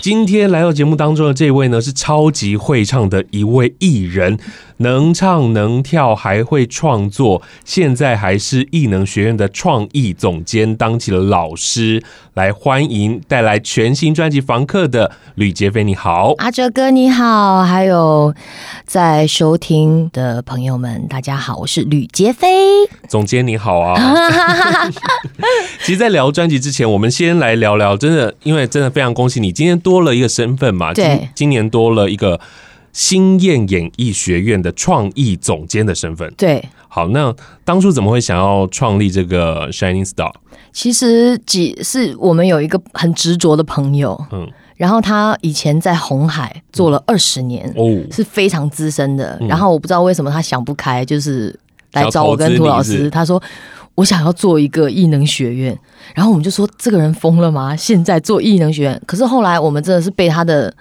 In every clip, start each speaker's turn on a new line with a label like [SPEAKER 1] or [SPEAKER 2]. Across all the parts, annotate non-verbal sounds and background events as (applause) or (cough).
[SPEAKER 1] 今天来到节目当中的这位呢，是超级会唱的一位艺人，能唱能跳，还会创作，现在还是艺能学院的创意总监，当起了老师。来欢迎带来全新专辑《房客》的吕杰飞，你好。
[SPEAKER 2] 阿哲哥你好，还有在收听的朋友们，大家好，我是吕杰飞。
[SPEAKER 1] 总监你好啊！其实，在聊专辑之前，我们先来聊聊，真的，因为真的非常恭喜你，今天多了一个身份嘛，
[SPEAKER 2] 对
[SPEAKER 1] 今今年多了一个新燕演艺学院的创意总监的身份。
[SPEAKER 2] 对，
[SPEAKER 1] 好，那当初怎么会想要创立这个 Shining Star？
[SPEAKER 2] 其实几是我们有一个很执着的朋友，
[SPEAKER 1] 嗯，
[SPEAKER 2] 然后他以前在红海做了二十年，
[SPEAKER 1] 哦，
[SPEAKER 2] 是非常资深的。
[SPEAKER 1] 嗯
[SPEAKER 2] 然后我不知道为什么他想不开，就是来找我跟涂老
[SPEAKER 1] 想要投资你
[SPEAKER 2] 师，
[SPEAKER 1] 是
[SPEAKER 2] 他说我想要做一个艺能学院。然后我们就说这个人疯了吗？现在做艺能学院？可是后来我们真的是被他的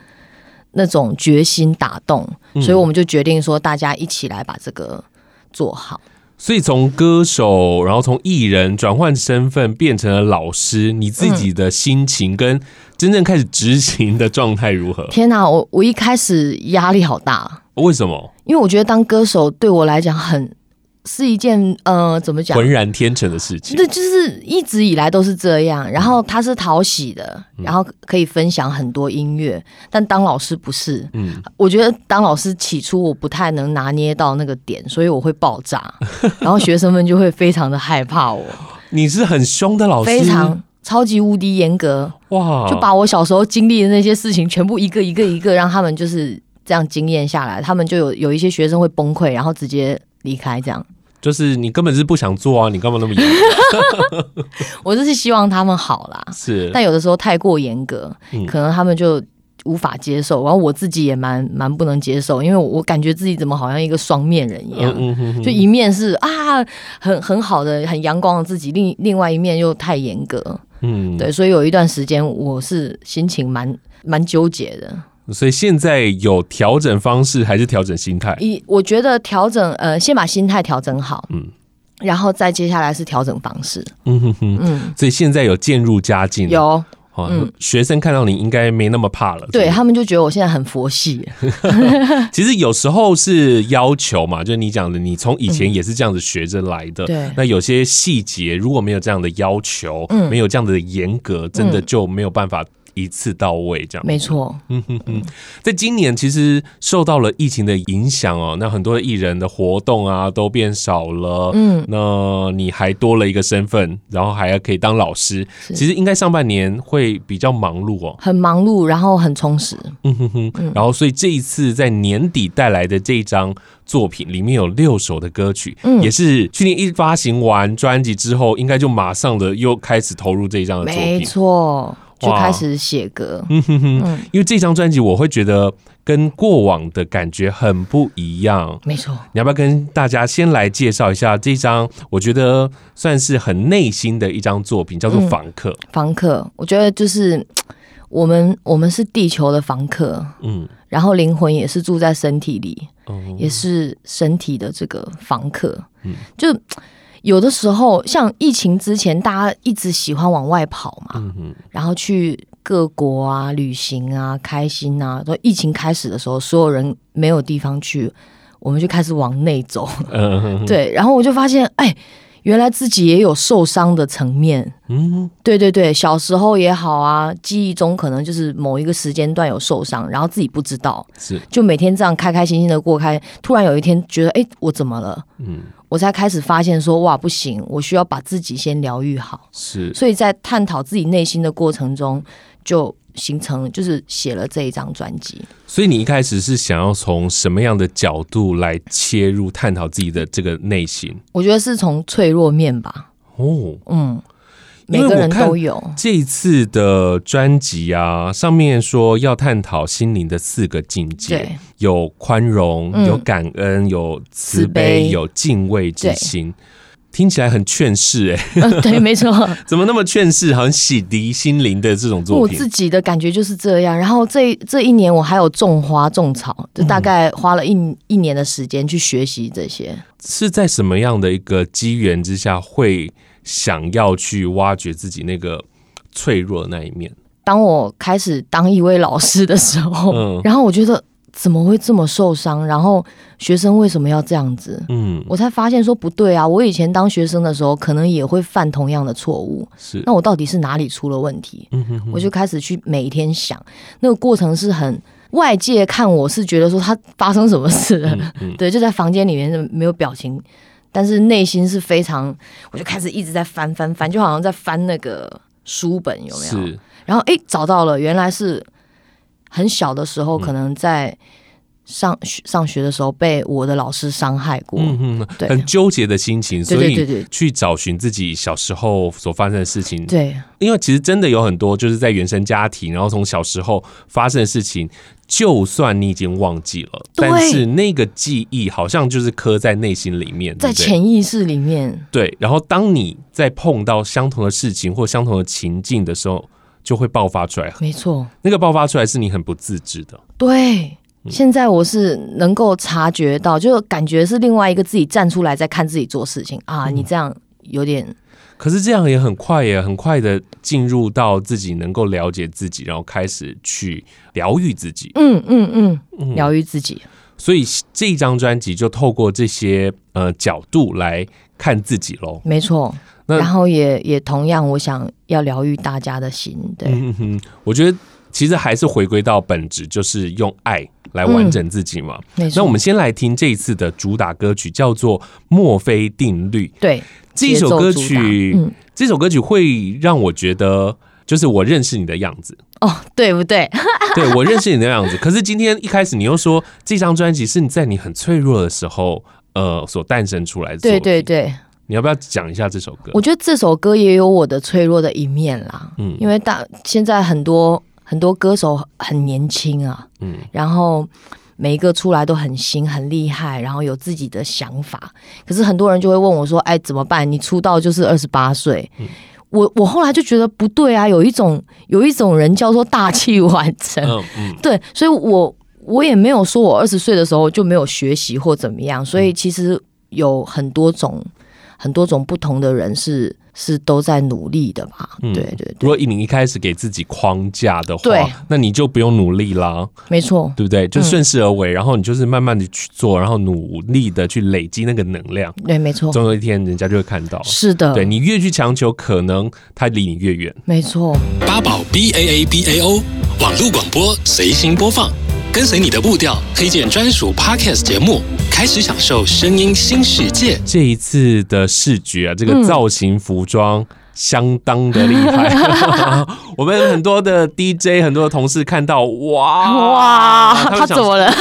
[SPEAKER 2] 那种决心打动，
[SPEAKER 1] 嗯
[SPEAKER 2] 所以我们就决定说大家一起来把这个做好。
[SPEAKER 1] 所以从歌手，然后从艺人转换身份变成了老师，你自己的心情跟真正开始执行的状态如何？
[SPEAKER 2] 天哪，我我一开始压力好大，
[SPEAKER 1] 为什么
[SPEAKER 2] 因为我觉得当歌手对我来讲很是一件呃怎么讲？
[SPEAKER 1] 浑然天成的事情？嗯
[SPEAKER 2] 对，就是一直以来都是这样。然后他是讨喜的，然后可以分享很多音乐，但当老师不是。
[SPEAKER 1] 嗯，
[SPEAKER 2] 我觉得当老师起初我不太能拿捏到那个点，所以我会爆
[SPEAKER 1] (laughs)
[SPEAKER 2] 炸，然后学生们就会非常的害怕我，
[SPEAKER 1] 你是很凶的老师，
[SPEAKER 2] 非常超级无敌严格，
[SPEAKER 1] 哇，
[SPEAKER 2] 就把我小时候经历的那些事情全部一个一个一个让他们就是这样经验下来，他们就有有一些学生会崩溃，然后直接离开这样。
[SPEAKER 1] 就是你根本是不想做啊，你干嘛
[SPEAKER 2] (laughs)
[SPEAKER 1] 那么严？
[SPEAKER 2] 我就是希望他们好啦，
[SPEAKER 1] 是，
[SPEAKER 2] 但有的时候太过严格，
[SPEAKER 1] 嗯
[SPEAKER 2] 可能他们就无法接受。然后我自己也蛮蛮不能接受，因为我我感觉自己怎么好像一个双面人一样，
[SPEAKER 1] 嗯哼哼
[SPEAKER 2] 就一面是啊很很好的、很阳光的自己，另另外一面又太严格。
[SPEAKER 1] 嗯，
[SPEAKER 2] 对，所以有一段时间我是心情蛮蛮纠结的。
[SPEAKER 1] 所以现在有调整方式还是调整心态？
[SPEAKER 2] 一我觉得调整呃，先把心态调整好，
[SPEAKER 1] 嗯
[SPEAKER 2] 然后再接下来是调整方式。
[SPEAKER 1] 嗯哼哼，
[SPEAKER 2] 嗯，
[SPEAKER 1] 所以现在有渐入佳境了，
[SPEAKER 2] 有
[SPEAKER 1] 哦
[SPEAKER 2] 嗯
[SPEAKER 1] 学生看到你应该没那么怕了。
[SPEAKER 2] 对
[SPEAKER 1] 是不
[SPEAKER 2] 他们就觉得我现在很佛系。
[SPEAKER 1] 是其实有时候是要求嘛，就是你讲的，你从以前也是这样子学着来的。
[SPEAKER 2] 对
[SPEAKER 1] 那有些细节如果没有这样的要求，
[SPEAKER 2] 嗯
[SPEAKER 1] 没有这样的严格，真的
[SPEAKER 2] 嗯
[SPEAKER 1] 就没有办法一次到位这样。
[SPEAKER 2] 没错，
[SPEAKER 1] 嗯哼哼，在今年其实受到了疫情的影响哦，那很多的艺人的活动啊都变少了。
[SPEAKER 2] 嗯，
[SPEAKER 1] 那你还多了一个身份，然后还要可以当老师，
[SPEAKER 2] 是
[SPEAKER 1] 其实应该上半年会比较忙碌哦。
[SPEAKER 2] 很忙碌，然后很充实。
[SPEAKER 1] 嗯哼哼，然后所以这一次在年底带来的这一张作品里面有六首的歌曲，
[SPEAKER 2] 嗯
[SPEAKER 1] 也是去年一发行完专辑之后，应该就马上的又开始投入这一张的呃作
[SPEAKER 2] 没
[SPEAKER 1] 品。
[SPEAKER 2] 错，就
[SPEAKER 1] 哇
[SPEAKER 2] 开始写歌。
[SPEAKER 1] 嗯哼哼，
[SPEAKER 2] 嗯，
[SPEAKER 1] 因为这张专辑我会觉得跟过往的感觉很不一样。
[SPEAKER 2] 没错。
[SPEAKER 1] 你要不要跟大家先来介绍一下这张？我觉得算是很内心的一张作品，叫做《
[SPEAKER 2] 嗯
[SPEAKER 1] 访客》。
[SPEAKER 2] 房客，我觉得就是我们，我们是地球的房客，
[SPEAKER 1] 嗯，
[SPEAKER 2] 然后灵魂也是住在身体里，
[SPEAKER 1] 哦
[SPEAKER 2] 也是身体的这个房客。
[SPEAKER 1] 嗯
[SPEAKER 2] 就有的时候，像疫情之前，大家一直喜欢往外跑嘛，
[SPEAKER 1] 嗯哼，
[SPEAKER 2] 然后去各国啊旅行啊，开心啊。说疫情开始的时候，所有人没有地方去，我们就开始往内走。
[SPEAKER 1] 嗯哼，
[SPEAKER 2] 对，然后我就发现，哎，原来自己也有受伤的层面。
[SPEAKER 1] 嗯
[SPEAKER 2] 对对对，小时候也好啊，记忆中可能就是某一个时间段有受伤，然后自己不知道，
[SPEAKER 1] 是，
[SPEAKER 2] 就每天这样开开心心的过开。突然有一天觉得，哎，我怎么了？
[SPEAKER 1] 嗯
[SPEAKER 2] 我才开始发现说，哇，不行，我需要把自己先疗愈好。
[SPEAKER 1] (laughs) 是。
[SPEAKER 2] 所以在探讨自己内心的过程中，就形成就是写了这一张专辑。
[SPEAKER 1] 所以你一开始是想要从什么样的角度来切入探讨自己的这个内心？
[SPEAKER 2] 我觉得是从脆弱面吧，
[SPEAKER 1] 哦，
[SPEAKER 2] 嗯，
[SPEAKER 1] 因
[SPEAKER 2] 每
[SPEAKER 1] 为
[SPEAKER 2] 个
[SPEAKER 1] 我
[SPEAKER 2] 人
[SPEAKER 1] 看
[SPEAKER 2] 都有。 (laughs)
[SPEAKER 1] 这一次的专辑啊，上面说要探讨心灵的四个境界
[SPEAKER 2] 对，
[SPEAKER 1] 有宽容，
[SPEAKER 2] 嗯
[SPEAKER 1] 有感恩，有慈
[SPEAKER 2] 慈悲
[SPEAKER 1] 有敬畏之心。听起来很劝世哎、
[SPEAKER 2] 呃对，没错，
[SPEAKER 1] (laughs) 怎么那么劝世，很洗涤心灵的这种作
[SPEAKER 2] 哦我
[SPEAKER 1] 品
[SPEAKER 2] 自？己的感觉就是这样。然后这这一年我还有种花种草，
[SPEAKER 1] 嗯
[SPEAKER 2] 就大概花了一、一年的时间去学习这些。
[SPEAKER 1] 是在什么样的一个机缘之下，会想要去挖掘自己那个脆弱的那一面？
[SPEAKER 2] 当我开始当一位老师的时候，
[SPEAKER 1] 嗯
[SPEAKER 2] 然后我觉得怎么会这么受伤？然后学生为什么要这样子？
[SPEAKER 1] 嗯，
[SPEAKER 2] 我才发现说不对啊！我以前当学生的时候，可能也会犯同样的错误。
[SPEAKER 1] 是，
[SPEAKER 2] 那我到底是哪里出了问题？
[SPEAKER 1] 嗯哼哼
[SPEAKER 2] 我就开始去每天想，那个过程是很外界看我是觉得说他发生什么事了，
[SPEAKER 1] 嗯
[SPEAKER 2] (laughs)
[SPEAKER 1] 嗯
[SPEAKER 2] 对，就在房间里面没有表情，但是内心是非常，我就开始一直在翻翻翻，就好像在翻那个书本有没有？
[SPEAKER 1] 嗯是，
[SPEAKER 2] 然后诶，找到了，原来是很小的时候，
[SPEAKER 1] 嗯
[SPEAKER 2] 可能在上学上学的时候被我的老师伤害过，
[SPEAKER 1] 嗯哼，
[SPEAKER 2] 对
[SPEAKER 1] 很纠结的心情，
[SPEAKER 2] 对
[SPEAKER 1] 所
[SPEAKER 2] 对对对
[SPEAKER 1] 以嗯去找寻自己小时候所发生的事情，
[SPEAKER 2] 对。
[SPEAKER 1] 因为其实真的有很多就是在原生家庭，然后从小时候发生的事情，就算你已经忘记了，
[SPEAKER 2] 对
[SPEAKER 1] 但是那个记忆好像就是刻在内心里面，
[SPEAKER 2] 在
[SPEAKER 1] 对不对
[SPEAKER 2] 潜意识里面，
[SPEAKER 1] 对。然后当你在碰到相同的事情或相同的情境的时候，就会爆发出来。
[SPEAKER 2] 没错，
[SPEAKER 1] 那个爆发出来是你很不自知的，
[SPEAKER 2] 对。
[SPEAKER 1] 嗯
[SPEAKER 2] 现在我是能够察觉到，就感觉是另外一个自己站出来在看自己做事情啊，
[SPEAKER 1] 嗯
[SPEAKER 2] 你这样有点
[SPEAKER 1] 可是这样也很快耶，很快的进入到自己能够了解自己，然后开始去疗愈自己。
[SPEAKER 2] 嗯嗯嗯，疗愈自己。
[SPEAKER 1] 所以这一张专辑就透过这些呃角度来看自己喽。
[SPEAKER 2] 没错。
[SPEAKER 1] 那
[SPEAKER 2] 然后也也同样，我想要疗愈大家的心，对，
[SPEAKER 1] 嗯哼，我觉得其实还是回归到本质，就是用爱来完整自己嘛。
[SPEAKER 2] 嗯没错。
[SPEAKER 1] 那我们先来听这一次的主打歌曲，叫做《墨菲定律》。
[SPEAKER 2] 对
[SPEAKER 1] 这首歌曲
[SPEAKER 2] 节奏，主打嗯
[SPEAKER 1] 这首歌曲会让我觉得，就是我认识你的样
[SPEAKER 2] (laughs)
[SPEAKER 1] 子，
[SPEAKER 2] 哦，对不对？
[SPEAKER 1] 对我认识你的样子。可是今天一开始你又说，这张专辑是你在你很脆弱的时候，呃，所诞生出来的。
[SPEAKER 2] 对对，对，
[SPEAKER 1] 你要不要讲一下这首歌？
[SPEAKER 2] 我觉得这首歌也有我的脆弱的一面啦，
[SPEAKER 1] 嗯
[SPEAKER 2] 因为大现在很多很多歌手很年轻啊，
[SPEAKER 1] 嗯
[SPEAKER 2] 然后每一个出来都很新很厉害，然后有自己的想法，可是很多人就会问我说：“哎，怎么办？你出道就是二十八岁。
[SPEAKER 1] 嗯
[SPEAKER 2] 我我后来就觉得不对啊，有一种有一种人叫做大器晚成，
[SPEAKER 1] 嗯嗯，
[SPEAKER 2] 对，所以我我也没有说我二十岁的时候就没有学习或怎么样，所以其实有很多种很多种不同的人是是都在努力的吧？
[SPEAKER 1] 嗯
[SPEAKER 2] 对对
[SPEAKER 1] 如
[SPEAKER 2] 对，
[SPEAKER 1] 果你一开始给自己框架的
[SPEAKER 2] 对嗯
[SPEAKER 1] 话，那你就不用努力啦，
[SPEAKER 2] 没错，
[SPEAKER 1] 对不对？就顺势而为，然后你就是慢慢的去做，然后努力的去累积那个能量，
[SPEAKER 2] 对没错，
[SPEAKER 1] 总有一天人家就会看到。
[SPEAKER 2] 哦是的
[SPEAKER 1] 对，你越去强求，可能他离你越远。
[SPEAKER 2] 没错。
[SPEAKER 3] 八宝 B A A B A O 网络广播随心播放，跟随你的步调，推荐专属 Podcast 节目，开始享受声音新世界。
[SPEAKER 1] 这一次的视觉啊，这
[SPEAKER 2] 嗯
[SPEAKER 1] 个造型服装。相当的
[SPEAKER 2] (laughs)
[SPEAKER 1] 厉害，我们很多的 DJ 很多的同事看到哇
[SPEAKER 2] 哇，
[SPEAKER 1] 他们
[SPEAKER 2] 他怎
[SPEAKER 1] 想
[SPEAKER 2] 么了？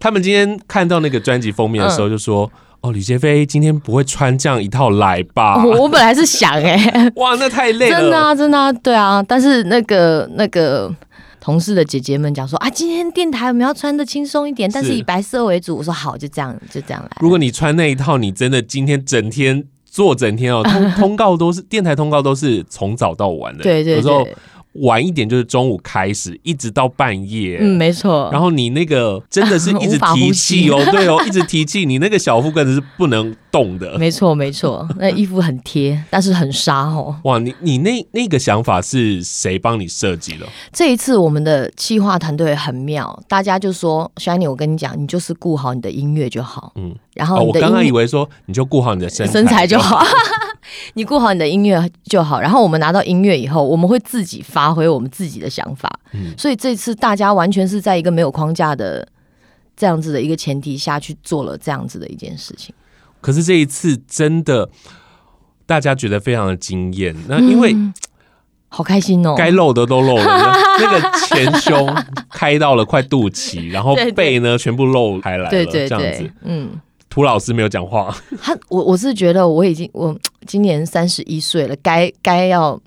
[SPEAKER 1] 他们今天看到那个专辑封面的时候，就说：“
[SPEAKER 2] 嗯
[SPEAKER 1] 哦，李杰飞今天不会穿这样一套来
[SPEAKER 2] (laughs)
[SPEAKER 1] 吧？”
[SPEAKER 2] 我我本来是想哎、
[SPEAKER 1] (laughs) 哇，那太累了。
[SPEAKER 2] 真的啊，真的啊，对啊。但是那个那个同事的姐姐们讲说啊，今天电台我们要穿的轻松一点，但是
[SPEAKER 1] 是
[SPEAKER 2] 以白色为主。我说好，就这样，就这样来。
[SPEAKER 1] 如果你穿那一套，你真的今天整天做整天哦，
[SPEAKER 2] (laughs)
[SPEAKER 1] 通通告都是电台通告都是从早到晚的，
[SPEAKER 2] 对对
[SPEAKER 1] 有时候
[SPEAKER 2] 对，
[SPEAKER 1] 晚一点就是中午开始，一直到半夜。
[SPEAKER 2] 嗯，没错。
[SPEAKER 1] 然后你那个真的是一直
[SPEAKER 2] 无法
[SPEAKER 1] 提
[SPEAKER 2] 呼
[SPEAKER 1] 气
[SPEAKER 2] 吸
[SPEAKER 1] 哦，对哦，一直提气，你那个小腹根本是不能动 (laughs) 的。
[SPEAKER 2] 没错，没错，那衣服很贴，但是很沙哦。
[SPEAKER 1] 哇，你你那那个想法是谁帮你设计的？
[SPEAKER 2] 这一次我们的企划团队很妙，大家就说 Shiny，我跟你讲，你就是顾好你的音乐就好，
[SPEAKER 1] 嗯
[SPEAKER 2] 嗯，然
[SPEAKER 1] 哦，
[SPEAKER 2] 后你
[SPEAKER 1] 我
[SPEAKER 2] 的
[SPEAKER 1] 刚刚
[SPEAKER 2] 音
[SPEAKER 1] 以
[SPEAKER 2] 乐、
[SPEAKER 1] 为说你就顾好你的身
[SPEAKER 2] 身材就好， (laughs) 你顾好你的音乐就好。然后我们拿到音乐以后，我们会自己发挥我们自己的想法，
[SPEAKER 1] 嗯
[SPEAKER 2] 所以这次大家完全是在一个没有框架的这样子的一个前提下去做了这样子的一件事情。
[SPEAKER 1] (laughs) 可是这一次真的，大家觉得非常的惊艳。那因为
[SPEAKER 2] 嗯好开心哦！
[SPEAKER 1] 该露的都
[SPEAKER 2] (laughs)
[SPEAKER 1] 露了，那个前胸开到了快肚脐，然后
[SPEAKER 2] 对对
[SPEAKER 1] 背呢全部露开来了，
[SPEAKER 2] 对对
[SPEAKER 1] 这样
[SPEAKER 2] 对
[SPEAKER 1] 子。，
[SPEAKER 2] 嗯，
[SPEAKER 1] 涂老师没有讲话，
[SPEAKER 2] 他，我我是觉得我已经我今年三十一岁了，该该要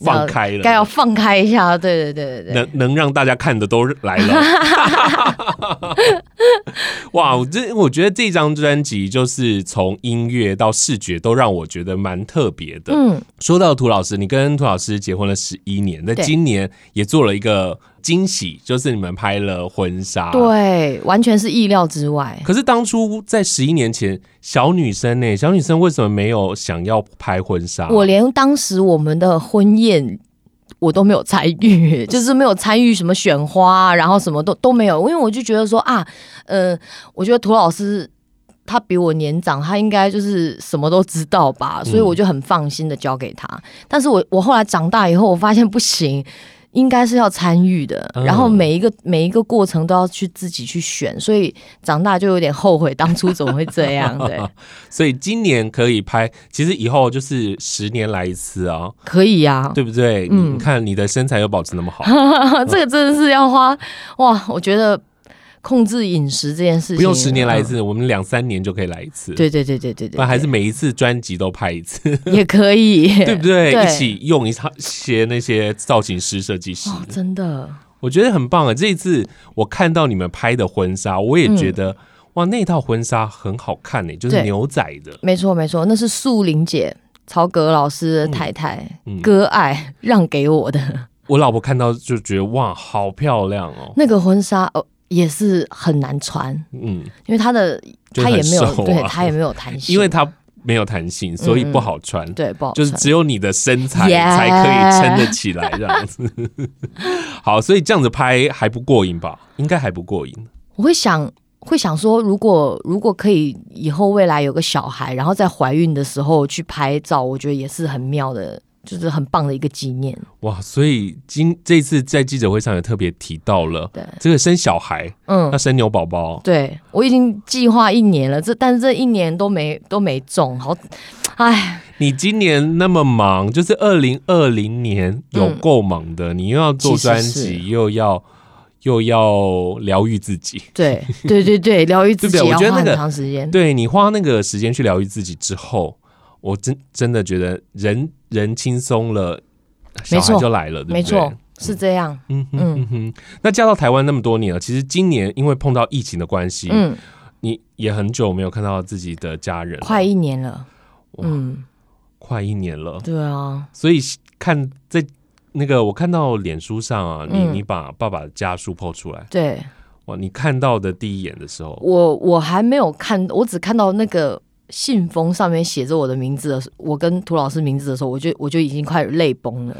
[SPEAKER 1] 放开了
[SPEAKER 2] 该要放开一下，对对对对对。
[SPEAKER 1] 能能让大家看的都来
[SPEAKER 2] (laughs)
[SPEAKER 1] 了。哇，我这我觉得这张专辑就是从音乐到视觉都让我觉得蛮特别的。
[SPEAKER 2] 嗯，
[SPEAKER 1] 说到涂老师，你跟涂老师结婚了十一年，那
[SPEAKER 2] 对
[SPEAKER 1] 今年也做了一个惊喜，就是你们拍了婚纱。。
[SPEAKER 2] 对，完全是意料之外。
[SPEAKER 1] 可是当初在十一年前，小女生呢、小女生为什么没有想要拍婚纱？
[SPEAKER 2] 我连当时我们的婚宴我都没有参与，就是没有参与什么选花啊，然后什么都都没有，因为我就觉得说啊，呃，我觉得涂老师。他比我年长，他应该就是什么都知道吧，所以我就很放心的交给他。但是我我后来长大以后，我发现不行，应该是要参与的，
[SPEAKER 1] 嗯
[SPEAKER 2] 然后每一个每一个过程都要去自己去选，所以长大就有点后悔当初怎么会这样。对，
[SPEAKER 1] 所以今年可以拍，其实以后就是十年来一次啊，
[SPEAKER 2] 可以呀、
[SPEAKER 1] 对不对？
[SPEAKER 2] 嗯
[SPEAKER 1] 你看你的身材又保持那么
[SPEAKER 2] (laughs)
[SPEAKER 1] 好，
[SPEAKER 2] 这个真的是要花哇！我觉得控制饮食这件事情
[SPEAKER 1] 不用十年来一
[SPEAKER 2] 嗯
[SPEAKER 1] 次，我们两三年就可以来一次。，
[SPEAKER 2] 对对对对对对，
[SPEAKER 1] 那还是每一次专辑都拍一次，
[SPEAKER 2] 对也可以，
[SPEAKER 1] (laughs) 对不对？
[SPEAKER 2] 对
[SPEAKER 1] 一起用一套一些那些造型师、设计师，
[SPEAKER 2] 哦，真的
[SPEAKER 1] 我觉得很棒啊！这一次我看到你们拍的婚纱，我也觉得、哇，那套婚纱很好看呢、就
[SPEAKER 2] 嗯
[SPEAKER 1] 是
[SPEAKER 2] 对
[SPEAKER 1] 牛仔的。
[SPEAKER 2] 没错没错，那是素玲姐曹格老师的太太、
[SPEAKER 1] 嗯
[SPEAKER 2] 割爱让给我的
[SPEAKER 1] 我老婆看到就觉得哇，好漂亮哦。
[SPEAKER 2] 那个婚纱哦，也是很难穿，
[SPEAKER 1] 嗯，
[SPEAKER 2] 因为它的
[SPEAKER 1] 就
[SPEAKER 2] 它也没有，
[SPEAKER 1] 很瘦啊
[SPEAKER 2] 对它也没有弹性，
[SPEAKER 1] 因为它没有弹性，所以不好穿。
[SPEAKER 2] 对不好
[SPEAKER 1] 就是
[SPEAKER 2] 穿
[SPEAKER 1] 只有你的身材
[SPEAKER 2] 嗯 Yeah
[SPEAKER 1] 才可以撑得起来这
[SPEAKER 2] (laughs)
[SPEAKER 1] 样子。好，所以这样子拍还不过瘾吧？应该还不过瘾。
[SPEAKER 2] 我会想会想说，如果如果可以以后未来有个小孩，然后在怀孕的时候去拍照，我觉得也是很妙的，就是很棒的一个纪念。
[SPEAKER 1] 哇，所以今这次在记者会上也特别提到了，
[SPEAKER 2] 对
[SPEAKER 1] 这个生小孩
[SPEAKER 2] 嗯
[SPEAKER 1] 要，生牛宝宝，
[SPEAKER 2] 对我已经计划一年了，这但是这一年都没都没中，好，唉，
[SPEAKER 1] 你今年那么忙，就是二零二零年有够忙的，你又要做专
[SPEAKER 2] 嗯其实是
[SPEAKER 1] 辑，又要又要疗愈自己。 (laughs)
[SPEAKER 2] 对对对对，疗愈自己
[SPEAKER 1] 对不对
[SPEAKER 2] 要
[SPEAKER 1] 我觉得
[SPEAKER 2] 花
[SPEAKER 1] 那个
[SPEAKER 2] 很长时间。
[SPEAKER 1] 对你花那个时间去疗愈自己之后，我真真的觉得人人轻松了，小
[SPEAKER 2] 没
[SPEAKER 1] 孩
[SPEAKER 2] 错
[SPEAKER 1] 就来了，对不对
[SPEAKER 2] 没错，是这样。
[SPEAKER 1] 嗯哼
[SPEAKER 2] 嗯
[SPEAKER 1] 嗯哼。那嫁到台湾那么多年了，其实今年因为碰到疫情的关系，
[SPEAKER 2] 嗯，
[SPEAKER 1] 你也很久没有看到自己的家人了，
[SPEAKER 2] 快一年了。
[SPEAKER 1] 哇
[SPEAKER 2] 嗯，
[SPEAKER 1] 快一年了，
[SPEAKER 2] 对啊，
[SPEAKER 1] 所以看在那个我看到脸书上啊，你、
[SPEAKER 2] 嗯
[SPEAKER 1] 你把爸爸的家书抛出来，
[SPEAKER 2] 对。
[SPEAKER 1] 哇，你看到的第一眼的时候，
[SPEAKER 2] 我我还没有看，我只看到那个信封上面写着我的名字的时候，我跟涂老师名字的时候，我就我就已经快泪崩
[SPEAKER 1] (sighs)
[SPEAKER 2] 了。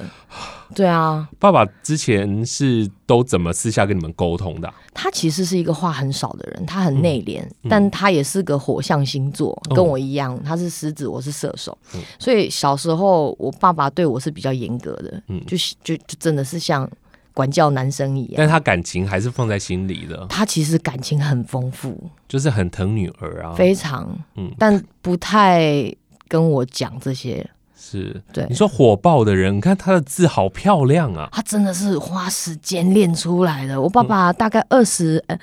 [SPEAKER 2] 对啊，
[SPEAKER 1] 爸爸之前是都怎么私下跟你们沟通的啊、
[SPEAKER 2] 他其实是一个话很少的人，他很内敛，但他也是个火象星座，
[SPEAKER 1] 嗯哦
[SPEAKER 2] 跟我一样，他是狮子，我是射手，所以小时候我爸爸对我是比较严格的，
[SPEAKER 1] 嗯
[SPEAKER 2] 就是就就真的是像管教男生一样。
[SPEAKER 1] 但他感情还是放在心里的，
[SPEAKER 2] 他其实感情很丰富，
[SPEAKER 1] 就是很疼女儿啊。
[SPEAKER 2] 非常，
[SPEAKER 1] 嗯
[SPEAKER 2] 但不太跟我讲这些。
[SPEAKER 1] 是，
[SPEAKER 2] 对
[SPEAKER 1] 你说火爆的人，你看他的字好漂亮啊，
[SPEAKER 2] 他真的是花时间练出来的。我爸爸
[SPEAKER 1] 嗯
[SPEAKER 2] 大概二十、呃，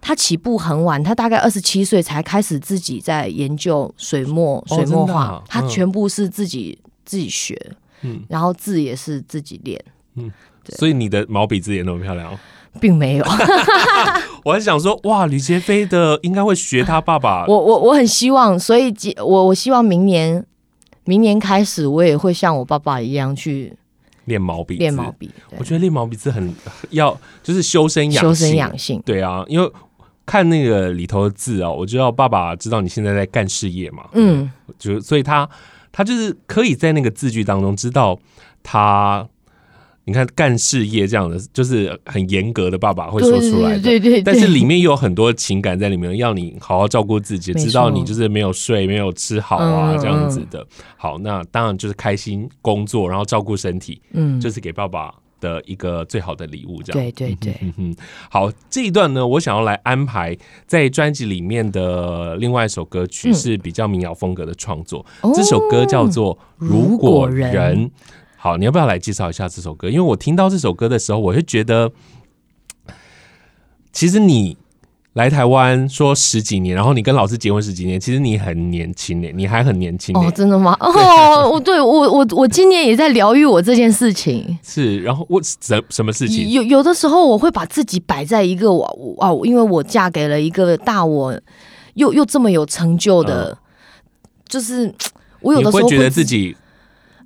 [SPEAKER 2] 他起步很晚，他大概二十七岁才开始自己在研究水墨、
[SPEAKER 1] 哦
[SPEAKER 2] 水墨
[SPEAKER 1] 真的
[SPEAKER 2] 画，
[SPEAKER 1] 啊
[SPEAKER 2] 他
[SPEAKER 1] 嗯
[SPEAKER 2] 全部是自己自己学，
[SPEAKER 1] 嗯
[SPEAKER 2] 然后字也是自己练，
[SPEAKER 1] 所以你的毛笔字也那么漂亮哦。
[SPEAKER 2] 并没
[SPEAKER 1] (laughs)
[SPEAKER 2] 有。
[SPEAKER 1] 我还想说，哇，吕杰飞的应该会学他爸爸。
[SPEAKER 2] 我我我很希望，所以今我我希望明年。明年开始，我也会像我爸爸一样去
[SPEAKER 1] 练毛笔字，
[SPEAKER 2] 练毛笔，对
[SPEAKER 1] 我觉得练毛笔字很要，就是修身养
[SPEAKER 2] 修身
[SPEAKER 1] 性
[SPEAKER 2] 养性。
[SPEAKER 1] 对啊，因为看那个里头的字哦，我知道爸爸知道你现在在干事业嘛，
[SPEAKER 2] 嗯，
[SPEAKER 1] 就所以他他就是可以在那个字句当中知道他，你看干事业这样的，就是很严格的爸爸会
[SPEAKER 2] 对
[SPEAKER 1] 说
[SPEAKER 2] 对
[SPEAKER 1] 出来的。
[SPEAKER 2] 对对对，
[SPEAKER 1] 但是里面有很多情感在里面，要你好好照顾自己，
[SPEAKER 2] 没错
[SPEAKER 1] 知道你就是没有睡、没有吃好啊
[SPEAKER 2] 嗯
[SPEAKER 1] 这样子的。好，那当然就是开心工作，然后照顾身体，
[SPEAKER 2] 嗯，
[SPEAKER 1] 这是给爸爸的一个最好的礼物。这样
[SPEAKER 2] 对对对，
[SPEAKER 1] 嗯哼，好，这一段呢，我想要来安排在专辑里面的另外一首歌曲
[SPEAKER 2] 嗯
[SPEAKER 1] 是比较民谣风格的创作，
[SPEAKER 2] 哦
[SPEAKER 1] 这首歌叫做《如
[SPEAKER 2] 如
[SPEAKER 1] 果
[SPEAKER 2] 果
[SPEAKER 1] 人》。
[SPEAKER 2] 人
[SPEAKER 1] 好，你要不要来介绍一下这首歌？因为我听到这首歌的时候，我会觉得，其实你来台湾说十几年，然后你跟老师结婚十几年，其实你很年轻呢，你还很年轻
[SPEAKER 2] 哦，
[SPEAKER 1] 呢。
[SPEAKER 2] 真的吗？哦，我对我我我今年也在疗愈我这件事情。
[SPEAKER 1] 是，然后我什什么事情？
[SPEAKER 2] 有有的时候我会把自己摆在一个我我哦，因为我嫁给了一个大我又又这么有成就的，就是我有
[SPEAKER 1] 嗯你
[SPEAKER 2] 的时
[SPEAKER 1] 会
[SPEAKER 2] 候
[SPEAKER 1] 觉得自
[SPEAKER 2] 自
[SPEAKER 1] 己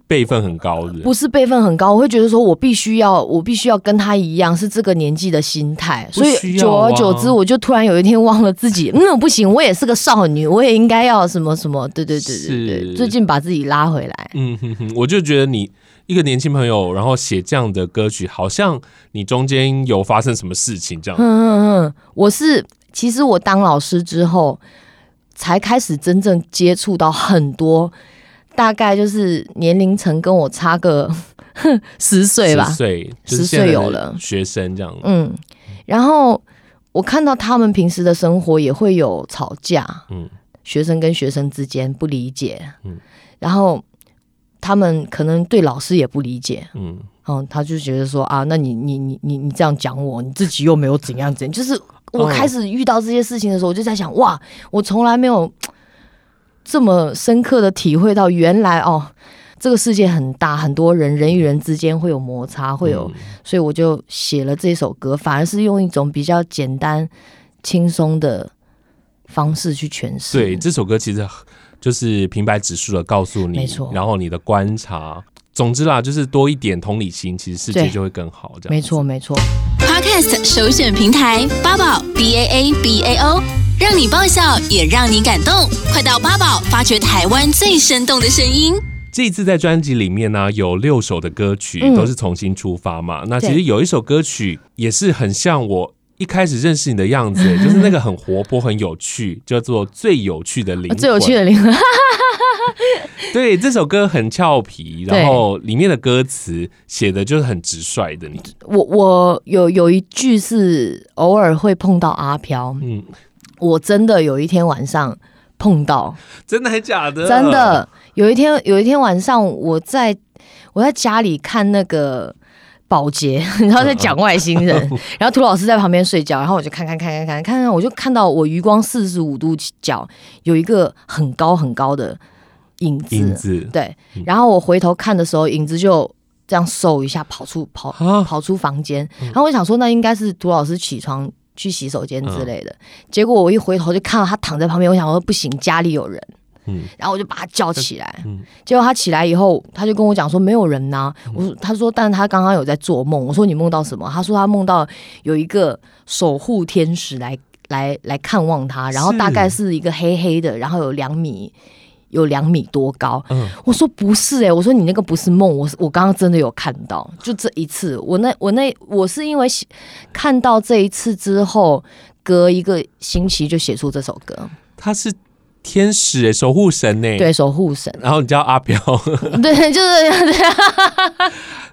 [SPEAKER 1] 辈分很高是不是
[SPEAKER 2] 不是辈分很高，我会觉得说我必须要我必须要跟他一样是这个年纪的心态，
[SPEAKER 1] 不
[SPEAKER 2] 所
[SPEAKER 1] 需要啊
[SPEAKER 2] 以久而久之我就突然有一天忘了自己，嗯，不行，我也是个少女，我也应该要什么什么，对对对对
[SPEAKER 1] 是
[SPEAKER 2] 对，最近把自己拉回来。
[SPEAKER 1] 嗯哼哼，我就觉得你一个年轻朋友，然后写这样的歌曲，好像你中间有发生什么事情这样。
[SPEAKER 2] 嗯嗯嗯，我是其实我当老师之后，才开始真正接触到很多，大概就是年龄层跟我差个 (laughs) 十岁吧
[SPEAKER 1] 十，岁，就是
[SPEAKER 2] 10
[SPEAKER 1] 现在
[SPEAKER 2] 岁有
[SPEAKER 1] 的
[SPEAKER 2] 了
[SPEAKER 1] 学生这样。
[SPEAKER 2] 嗯，然后我看到他们平时的生活也会有吵架，
[SPEAKER 1] 嗯
[SPEAKER 2] 学生跟学生之间不理解，
[SPEAKER 1] 嗯
[SPEAKER 2] 然后他们可能对老师也不理解，
[SPEAKER 1] 嗯，
[SPEAKER 2] 嗯，他就觉得说啊，那你你你你你这样讲我，你自己又没有怎样怎样，就是我
[SPEAKER 1] 嗯
[SPEAKER 2] 开始遇到这些事情的时候，我就在想，哇，我从来没有这么深刻的体会到，原来哦，这个世界很大，很多人人与人之间会有摩擦，会有，
[SPEAKER 1] 嗯
[SPEAKER 2] 所以我就写了这首歌，反而是用一种比较简单、轻松的方式去诠释。
[SPEAKER 1] 对，这首歌其实就是平白指数的告诉你，
[SPEAKER 2] 没错
[SPEAKER 1] 然后你的观察，总之啦，就是多一点同理心，其实世界
[SPEAKER 2] 对
[SPEAKER 1] 就会更好。这样
[SPEAKER 2] 没错，没错。
[SPEAKER 4] Podcast 首选平台八宝 B A A B A O，让你爆笑也让你感动，快到八宝发掘台湾最生动的声音。
[SPEAKER 1] 这一次在专辑里面呢、有六首的歌曲
[SPEAKER 2] 嗯
[SPEAKER 1] 都是重新出发嘛。那其实
[SPEAKER 2] 对
[SPEAKER 1] 有一首歌曲也是很像我一开始认识你的
[SPEAKER 2] (laughs)
[SPEAKER 1] 样子，就是那个很活泼、很有趣，叫做《最有趣的灵魂》。
[SPEAKER 2] 啊哦最有趣的灵魂，
[SPEAKER 1] 对这首歌很俏皮，然后里面的歌词写的就是很直率的你。
[SPEAKER 2] 我我有有一句是偶尔会碰到阿飘，
[SPEAKER 1] 嗯，
[SPEAKER 2] 我真的有一天晚上碰到，
[SPEAKER 1] 真的还假的？
[SPEAKER 2] 真的有一天有一天晚上我在我在家里看那个。保洁， (laughs) 然后在讲外星人， (laughs) 然后涂老师在旁边睡觉，然后我就看看看看看看看，我就看到我余光四十五度角有一个很高很高的影子，
[SPEAKER 1] 影子
[SPEAKER 2] 对，然后我回头看的时候，影子就这样嗖一下跑出跑
[SPEAKER 1] 啊
[SPEAKER 2] 跑出房间，然后我想说那应该是涂老师起床去洗手间之类的，
[SPEAKER 1] 嗯
[SPEAKER 2] 结果我一回头就看到他躺在旁边，我想说不行，家里有人。
[SPEAKER 1] 嗯
[SPEAKER 2] 然后我就把他叫起来，
[SPEAKER 1] 嗯
[SPEAKER 2] 结果他起来以后，他就跟我讲说没有人呐、我说他说，但他刚刚有在做梦。我说你梦到什么？他说他梦到有一个守护天使来来来看望他，然后
[SPEAKER 1] 是
[SPEAKER 2] 大概是一个黑黑的，然后有两米有两米多高。
[SPEAKER 1] 嗯
[SPEAKER 2] 我说不是哎、我说你那个不是梦，我是我刚刚真的有看到，就这一次，我那我那我是因为喜看到这一次之后，隔一个星期就写出这首歌，
[SPEAKER 1] 他是天使欸守护神呢。
[SPEAKER 2] 对，守护
[SPEAKER 1] (laughs)
[SPEAKER 2] 神，
[SPEAKER 1] 然后你叫阿飘，
[SPEAKER 2] 对，就是对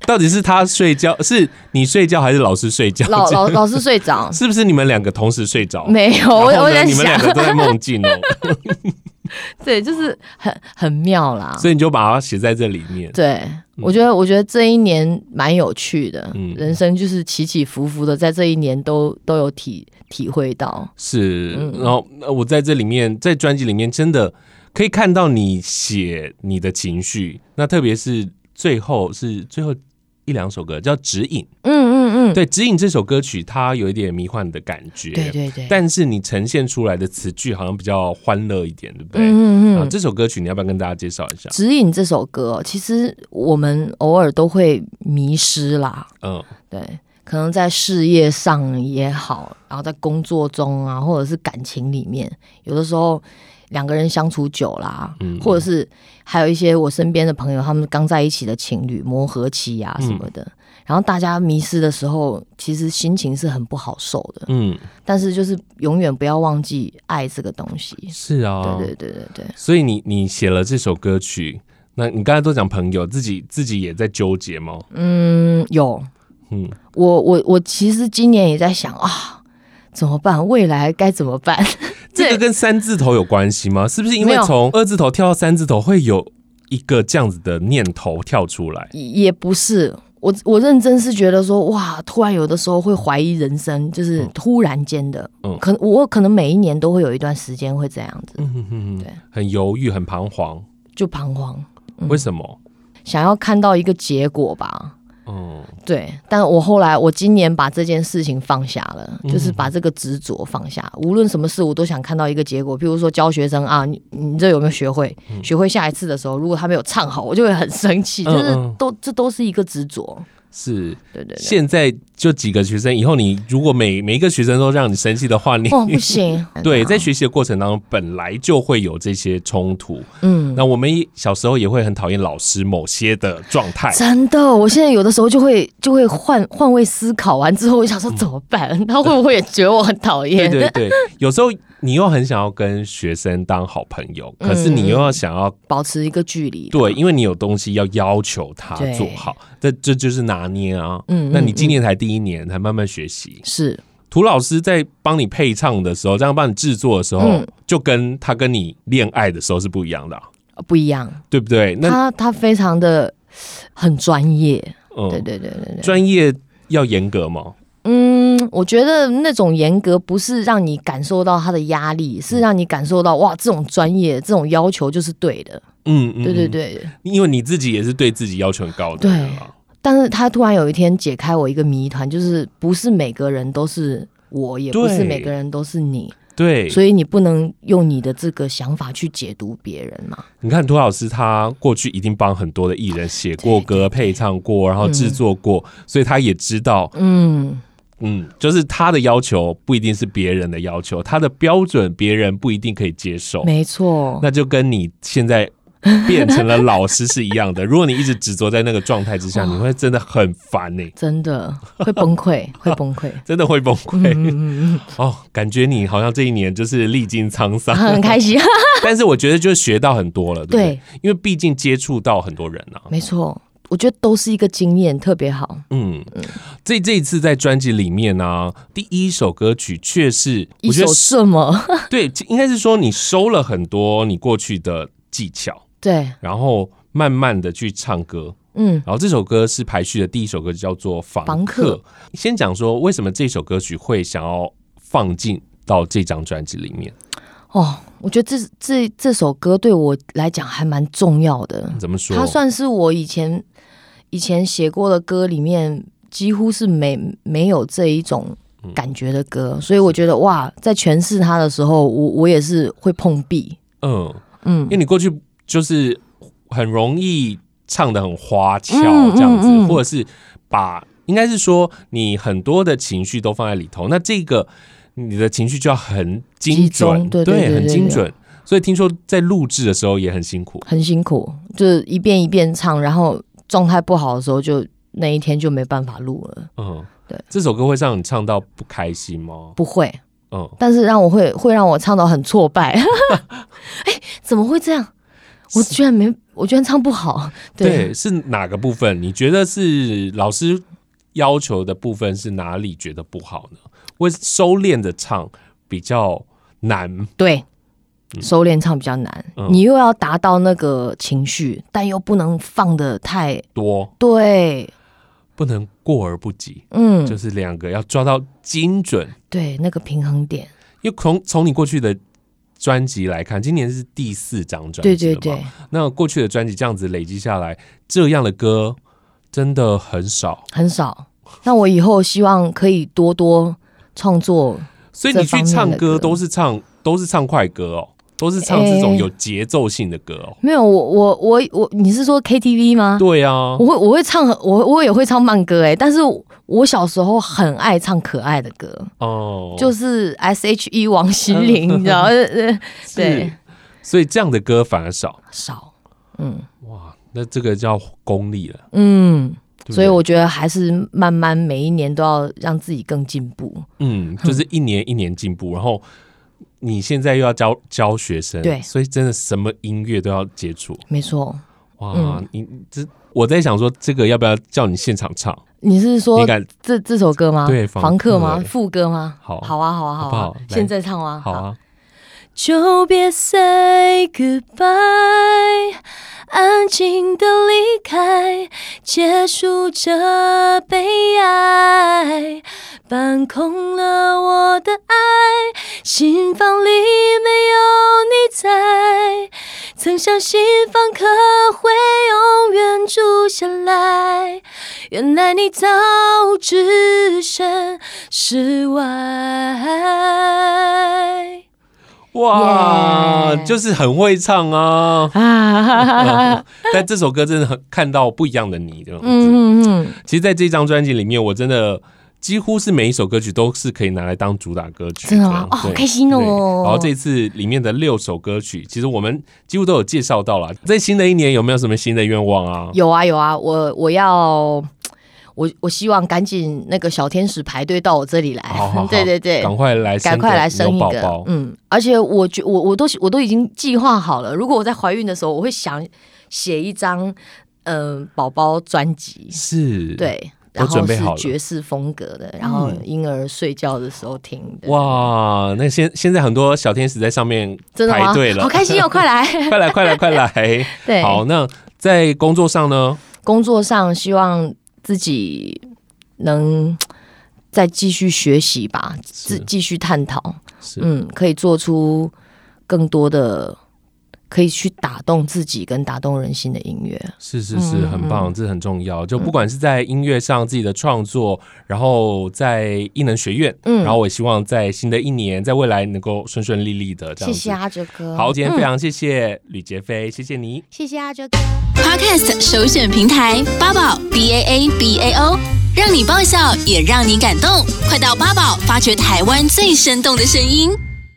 [SPEAKER 1] 到底是他睡觉，是你睡觉还是老师睡觉？，
[SPEAKER 2] 老老老是睡着
[SPEAKER 1] 是不是你们两个同时睡着？
[SPEAKER 2] 没有，我
[SPEAKER 1] 哦然后
[SPEAKER 2] 我
[SPEAKER 1] 呢
[SPEAKER 2] 在
[SPEAKER 1] 你们
[SPEAKER 2] 想
[SPEAKER 1] 两，个都在梦境
[SPEAKER 2] (laughs)
[SPEAKER 1] 哦，
[SPEAKER 2] 对，就是很很妙啦，
[SPEAKER 1] 所以你就把它写在这里面。
[SPEAKER 2] 对。我觉得，我觉得这一年蛮有趣的，
[SPEAKER 1] 嗯
[SPEAKER 2] 人生就是起起伏伏的，在这一年都都有体体会到。
[SPEAKER 1] 是，
[SPEAKER 2] 嗯
[SPEAKER 1] 然后呃我在这里面，在专辑里面真的可以看到你写你的情绪，那特别是最后是最后一两首歌叫《指引》，
[SPEAKER 2] 嗯嗯嗯，
[SPEAKER 1] 对，《指引》这首歌曲它有一点迷幻的感觉，
[SPEAKER 2] 对对对。
[SPEAKER 1] 但是你呈现出来的词句好像比较欢乐一点，对不对？
[SPEAKER 2] 嗯嗯
[SPEAKER 1] 啊
[SPEAKER 2] 嗯，。
[SPEAKER 1] 这首歌曲你要不要跟大家介绍一下？
[SPEAKER 2] 指引这首歌，哦其实我们偶尔都会迷失啦，
[SPEAKER 1] 嗯，
[SPEAKER 2] 对，可能在事业上也好，然后在工作中啊，或者是感情里面，有的时候两个人相处久啦，
[SPEAKER 1] 嗯
[SPEAKER 2] 或者是还有一些我身边的朋友，他们刚在一起的情侣磨合期啊什
[SPEAKER 1] 嗯
[SPEAKER 2] 么的，然后大家迷失的时候，其实心情是很不好受的，
[SPEAKER 1] 嗯，
[SPEAKER 2] 但是就是永远不要忘记爱这个东西。
[SPEAKER 1] 是啊，
[SPEAKER 2] 对对对对对，
[SPEAKER 1] 所以你你写了这首歌曲，那你刚才都讲朋友，自己自己也在纠结吗？
[SPEAKER 2] 嗯，有。
[SPEAKER 1] 嗯，
[SPEAKER 2] 我我我其实今年也在想啊，怎么办？未来该怎么办？ (laughs)
[SPEAKER 1] 这个
[SPEAKER 2] 对
[SPEAKER 1] 跟三字头有关系吗？是不是因
[SPEAKER 2] 没
[SPEAKER 1] 为
[SPEAKER 2] 有
[SPEAKER 1] 从二字头跳到三字头会有一个这样子的念头跳出来？
[SPEAKER 2] 也不是。我我认真是觉得说，哇，突然有的时候会怀疑人生，就是突然间的，
[SPEAKER 1] 嗯
[SPEAKER 2] 可我可能每一年都会有一段时间会这样子，
[SPEAKER 1] 嗯哼哼
[SPEAKER 2] 对嗯
[SPEAKER 1] 哼，很犹豫，很彷徨，
[SPEAKER 2] 就彷徨，
[SPEAKER 1] 为什么？
[SPEAKER 2] 想要看到一个结果吧。
[SPEAKER 1] 嗯
[SPEAKER 2] 对，但我后来，我今年把这件事情放下了，
[SPEAKER 1] 嗯
[SPEAKER 2] 就是把这个执着放下。无论什么事，我都想看到一个结果。譬如说教学生啊，你你这有没有学会？学会下一次的时候，如果他没有唱好，我就会很生气。
[SPEAKER 1] 嗯
[SPEAKER 2] 就是
[SPEAKER 1] 嗯
[SPEAKER 2] 都这都是一个执着，
[SPEAKER 1] 是，
[SPEAKER 2] 对对对。
[SPEAKER 1] 现在就几个学生，以后你如果每每一个学生都让你生气的话，你。
[SPEAKER 2] 哦，不行
[SPEAKER 1] (laughs) 对，在学习的过程当中本来就会有这些冲突。
[SPEAKER 2] 嗯，
[SPEAKER 1] 那我们也小时候也会很讨厌老师某些的状态，
[SPEAKER 2] 真的，我现在有的时候就会就会换换位思考，完之后我想说怎么办？
[SPEAKER 1] (laughs)
[SPEAKER 2] 他会不会也觉得我很讨
[SPEAKER 1] 对
[SPEAKER 2] 厌？
[SPEAKER 1] 对对，有时候你又很想要跟学生当好朋友，可是你又要想要
[SPEAKER 2] 保持一个距离。
[SPEAKER 1] 对，因为你有东西要要求他
[SPEAKER 2] 嗯对
[SPEAKER 1] 做好，这这就是拿捏啊。
[SPEAKER 2] 嗯
[SPEAKER 1] 那你
[SPEAKER 2] 嗯
[SPEAKER 1] 今年才第一年，才慢慢学习。
[SPEAKER 2] 是
[SPEAKER 1] 涂老师在帮你配唱的时候，这样帮你制作的时候，
[SPEAKER 2] 嗯
[SPEAKER 1] 就跟他跟你恋爱的时候是不一样的啊、
[SPEAKER 2] 呃不一样，
[SPEAKER 1] 对不对？那
[SPEAKER 2] 他他非常的很专业。
[SPEAKER 1] 嗯，
[SPEAKER 2] 对对对对对。
[SPEAKER 1] 专业要严格吗？
[SPEAKER 2] 嗯，我觉得那种严格不是让你感受到他的压
[SPEAKER 1] 嗯
[SPEAKER 2] 力，是让你感受到哇，这种专业这种要求就是对的。
[SPEAKER 1] 嗯，嗯
[SPEAKER 2] 对对，
[SPEAKER 1] 嗯
[SPEAKER 2] 对。
[SPEAKER 1] 因为你自己也是对自己要求很高的人啊。
[SPEAKER 2] 但是他突然有一天解开我一个谜团，就是不是每个人都是我，也不是
[SPEAKER 1] 对
[SPEAKER 2] 每个人都是你。
[SPEAKER 1] 对，
[SPEAKER 2] 所以你不能用你的这个想法去解读别人嘛。
[SPEAKER 1] 你看涂老师，他过去一定帮很多的艺人写过歌、配唱过，然后制作过，所以他也知道，
[SPEAKER 2] 嗯，
[SPEAKER 1] 嗯，就是他的要求不一定是别人的要求，他的标准别人不一定可以接受，
[SPEAKER 2] 没错，
[SPEAKER 1] 哦那就跟你现在。变成了老师是一
[SPEAKER 2] (laughs)
[SPEAKER 1] 样的。如果你一直执着在那个状态之下，你会真的很烦呢、
[SPEAKER 2] 真的会崩
[SPEAKER 1] (laughs)
[SPEAKER 2] 溃，会崩溃。
[SPEAKER 1] 真的会崩溃。
[SPEAKER 2] 嗯
[SPEAKER 1] 哦，感觉你好像这一年就是历经沧桑，
[SPEAKER 2] 很开心，啊
[SPEAKER 1] 但是我觉得就学到很多了，对不 (laughs) 对？
[SPEAKER 2] 对
[SPEAKER 1] 因为毕竟接触到很多人啊。
[SPEAKER 2] 没错，我觉得都是一个经验，特别好。
[SPEAKER 1] 嗯，这这一次在专辑里面呢、第一首歌曲却是
[SPEAKER 2] 一
[SPEAKER 1] 我觉
[SPEAKER 2] 首
[SPEAKER 1] 得是
[SPEAKER 2] 这么
[SPEAKER 1] 对，应该是说你收了很多你过去的技巧，
[SPEAKER 2] 对，
[SPEAKER 1] 然后慢慢的去唱歌。
[SPEAKER 2] 嗯，
[SPEAKER 1] 然后这首歌是排序的第一首歌，叫做《房
[SPEAKER 2] 房
[SPEAKER 1] 客
[SPEAKER 2] 客》。
[SPEAKER 1] 先讲说为什么这首歌曲会想要放进到这张专辑里面？
[SPEAKER 2] 哦，我觉得这这这首歌对我来讲还蛮重要的。
[SPEAKER 1] 怎么说？
[SPEAKER 2] 它算是我以前以前写过的歌里面几乎是没没有这一种感觉的歌，所以我觉得哇，在诠释它的时候，我我也是会碰壁，
[SPEAKER 1] 嗯，
[SPEAKER 2] 嗯
[SPEAKER 1] 因为你过去就是很容易唱的很花俏
[SPEAKER 2] 嗯
[SPEAKER 1] 这样子，
[SPEAKER 2] 嗯嗯
[SPEAKER 1] 或者是把应该是说你很多的情绪都放在里头，那这个你的情绪就要很精
[SPEAKER 2] 集
[SPEAKER 1] 准，
[SPEAKER 2] 中对对对对
[SPEAKER 1] 很精
[SPEAKER 2] 对
[SPEAKER 1] 准。所以听说在录制的时候也很辛苦，
[SPEAKER 2] 很辛苦，就是一遍一遍唱，然后状态不好的时候就。那一天就没办法录了，
[SPEAKER 1] 嗯，
[SPEAKER 2] 对，
[SPEAKER 1] 这首歌会让你唱到不开心吗？
[SPEAKER 2] 不会，
[SPEAKER 1] 嗯，
[SPEAKER 2] 但是让我会会让我唱到很挫败。
[SPEAKER 1] (laughs)
[SPEAKER 2] 哎、怎么会这样？我居然没，我居然唱不好。对，
[SPEAKER 1] 对，是哪个部分？你觉得是老师要求的部分是哪里觉得不好呢？为收敛的唱比较难，
[SPEAKER 2] 对，收敛唱比较难，
[SPEAKER 1] 嗯
[SPEAKER 2] 你又要达到那个情绪，但又不能放的太
[SPEAKER 1] 多
[SPEAKER 2] 对，
[SPEAKER 1] 不能过而不及，
[SPEAKER 2] 嗯，
[SPEAKER 1] 就是两个要抓到精准。
[SPEAKER 2] 对，那个平衡点，
[SPEAKER 1] 因为从从你过去的专辑来看，今年是第四张专辑
[SPEAKER 2] 对对
[SPEAKER 1] 了
[SPEAKER 2] 对
[SPEAKER 1] 嘛，那过去的专辑这样子累积下来，这样的歌真的很少。
[SPEAKER 2] 很少。那我以后希望可以多多创作，
[SPEAKER 1] 所以你
[SPEAKER 2] 这方
[SPEAKER 1] 去
[SPEAKER 2] 面的
[SPEAKER 1] 唱歌
[SPEAKER 2] 歌
[SPEAKER 1] 都是唱都是唱快歌哦，都是唱这种有节奏性的歌哦。
[SPEAKER 2] 没有我我我我，你是说 KTV 吗？
[SPEAKER 1] 对啊，
[SPEAKER 2] 我会我会唱很我我也会唱慢歌哎、但是我小时候很爱唱可爱的歌，
[SPEAKER 1] 哦，
[SPEAKER 2] 就是 S H E 王心凌，你知
[SPEAKER 1] (laughs)
[SPEAKER 2] 道，呃呃
[SPEAKER 1] 是
[SPEAKER 2] 对，
[SPEAKER 1] 所以这样的歌反而少
[SPEAKER 2] 少，嗯
[SPEAKER 1] 哇，那这个叫功力了。
[SPEAKER 2] 嗯。
[SPEAKER 1] 对不对
[SPEAKER 2] 所以我觉得还是慢慢每一年都要让自己更进步。
[SPEAKER 1] 嗯，就是一年一年进步，然后你现在又要教教学生，
[SPEAKER 2] 对
[SPEAKER 1] 所以真的什么音乐都要接触
[SPEAKER 2] 没错，
[SPEAKER 1] 哇。
[SPEAKER 2] 嗯
[SPEAKER 1] 你这我在想说，这个要不要叫你现场唱，
[SPEAKER 2] 你是
[SPEAKER 1] 你
[SPEAKER 2] 说
[SPEAKER 1] 敢
[SPEAKER 2] 这这首歌吗？
[SPEAKER 1] 对
[SPEAKER 2] 房
[SPEAKER 1] 房客
[SPEAKER 2] 客吗
[SPEAKER 1] 欸？
[SPEAKER 2] 副歌吗？
[SPEAKER 1] 好
[SPEAKER 2] 好啊，好啊，
[SPEAKER 1] 好
[SPEAKER 2] 好
[SPEAKER 1] 不
[SPEAKER 2] 啊，
[SPEAKER 1] 好啊来
[SPEAKER 2] 现在唱吗？
[SPEAKER 1] 好。啊？
[SPEAKER 2] 就别 say goodbye。
[SPEAKER 5] 安静的离开，结束这悲哀，搬空了我的爱，心房里没有你在，曾相信房客会永远住下来，原来你早置身事外。
[SPEAKER 1] 哇
[SPEAKER 2] Yeah
[SPEAKER 1] 就是很会
[SPEAKER 2] (laughs)
[SPEAKER 1] 唱 (laughs) 啊。
[SPEAKER 2] 啊，哈哈哈哈
[SPEAKER 1] 但这首歌真的很看到不一样的你，这样子。
[SPEAKER 2] 嗯嗯嗯，
[SPEAKER 1] 其实，在这张专辑里面，我真的几乎是每一首歌曲都是可以拿来当主打歌曲。
[SPEAKER 2] 真的吗
[SPEAKER 1] 这
[SPEAKER 2] 哦
[SPEAKER 1] 样对
[SPEAKER 2] 开心哦
[SPEAKER 1] 对然后这次里面的六首歌曲，其实我们几乎都有介绍到了。在新的一年，有没有什么新的愿望啊？
[SPEAKER 2] 有啊有啊，我我要。我我希望赶紧那个小天使排队到我这里来，
[SPEAKER 1] 好好
[SPEAKER 2] (laughs)
[SPEAKER 1] 好
[SPEAKER 2] 对对对，
[SPEAKER 1] 赶快来，
[SPEAKER 2] 赶快来生
[SPEAKER 1] 生
[SPEAKER 2] 一
[SPEAKER 1] 个
[SPEAKER 2] 个，
[SPEAKER 1] 有宝宝。
[SPEAKER 2] 嗯，而且我觉我我都我都已经计划好了，如果我在怀孕的时候，我会想写一张嗯、呃宝宝专辑，
[SPEAKER 1] 是，。
[SPEAKER 2] 对，
[SPEAKER 1] 都
[SPEAKER 2] 然后
[SPEAKER 1] 准备
[SPEAKER 2] 是
[SPEAKER 1] 好了嗯
[SPEAKER 2] 爵士风格的，然后婴儿睡觉的时候听的，
[SPEAKER 1] 哇，那现现在很多小天使在上面
[SPEAKER 2] 真的
[SPEAKER 1] 排
[SPEAKER 2] 吗
[SPEAKER 1] 队？了，
[SPEAKER 2] 好开心哦，快来！
[SPEAKER 1] (laughs) 快来，快来，快来！
[SPEAKER 2] (laughs) 对，
[SPEAKER 1] 好，那在工作上呢？
[SPEAKER 2] 工作上希望自己能再继续学习吧，
[SPEAKER 1] 是
[SPEAKER 2] 自继续探讨，
[SPEAKER 1] 是
[SPEAKER 2] 嗯，可以做出更多的，可以去打动自己跟打动人心的音乐。
[SPEAKER 1] 是是是，
[SPEAKER 2] 嗯
[SPEAKER 1] 很棒，这很重要。就不管是在音乐上自己的创作，然后在艺能学院，
[SPEAKER 2] 嗯
[SPEAKER 1] 然后我也希望在新的一年，在未来能够顺顺利利的这
[SPEAKER 2] 谢
[SPEAKER 1] 样子。
[SPEAKER 2] 谢阿嗯哲哥，
[SPEAKER 1] 好，今天非常谢谢吕杰飞，谢谢你。
[SPEAKER 2] 谢谢阿哲哥。
[SPEAKER 4] Podcast 首选平台八宝 B A A B A O，让你爆笑也让你感动，快到八宝发掘台湾最生动的声音。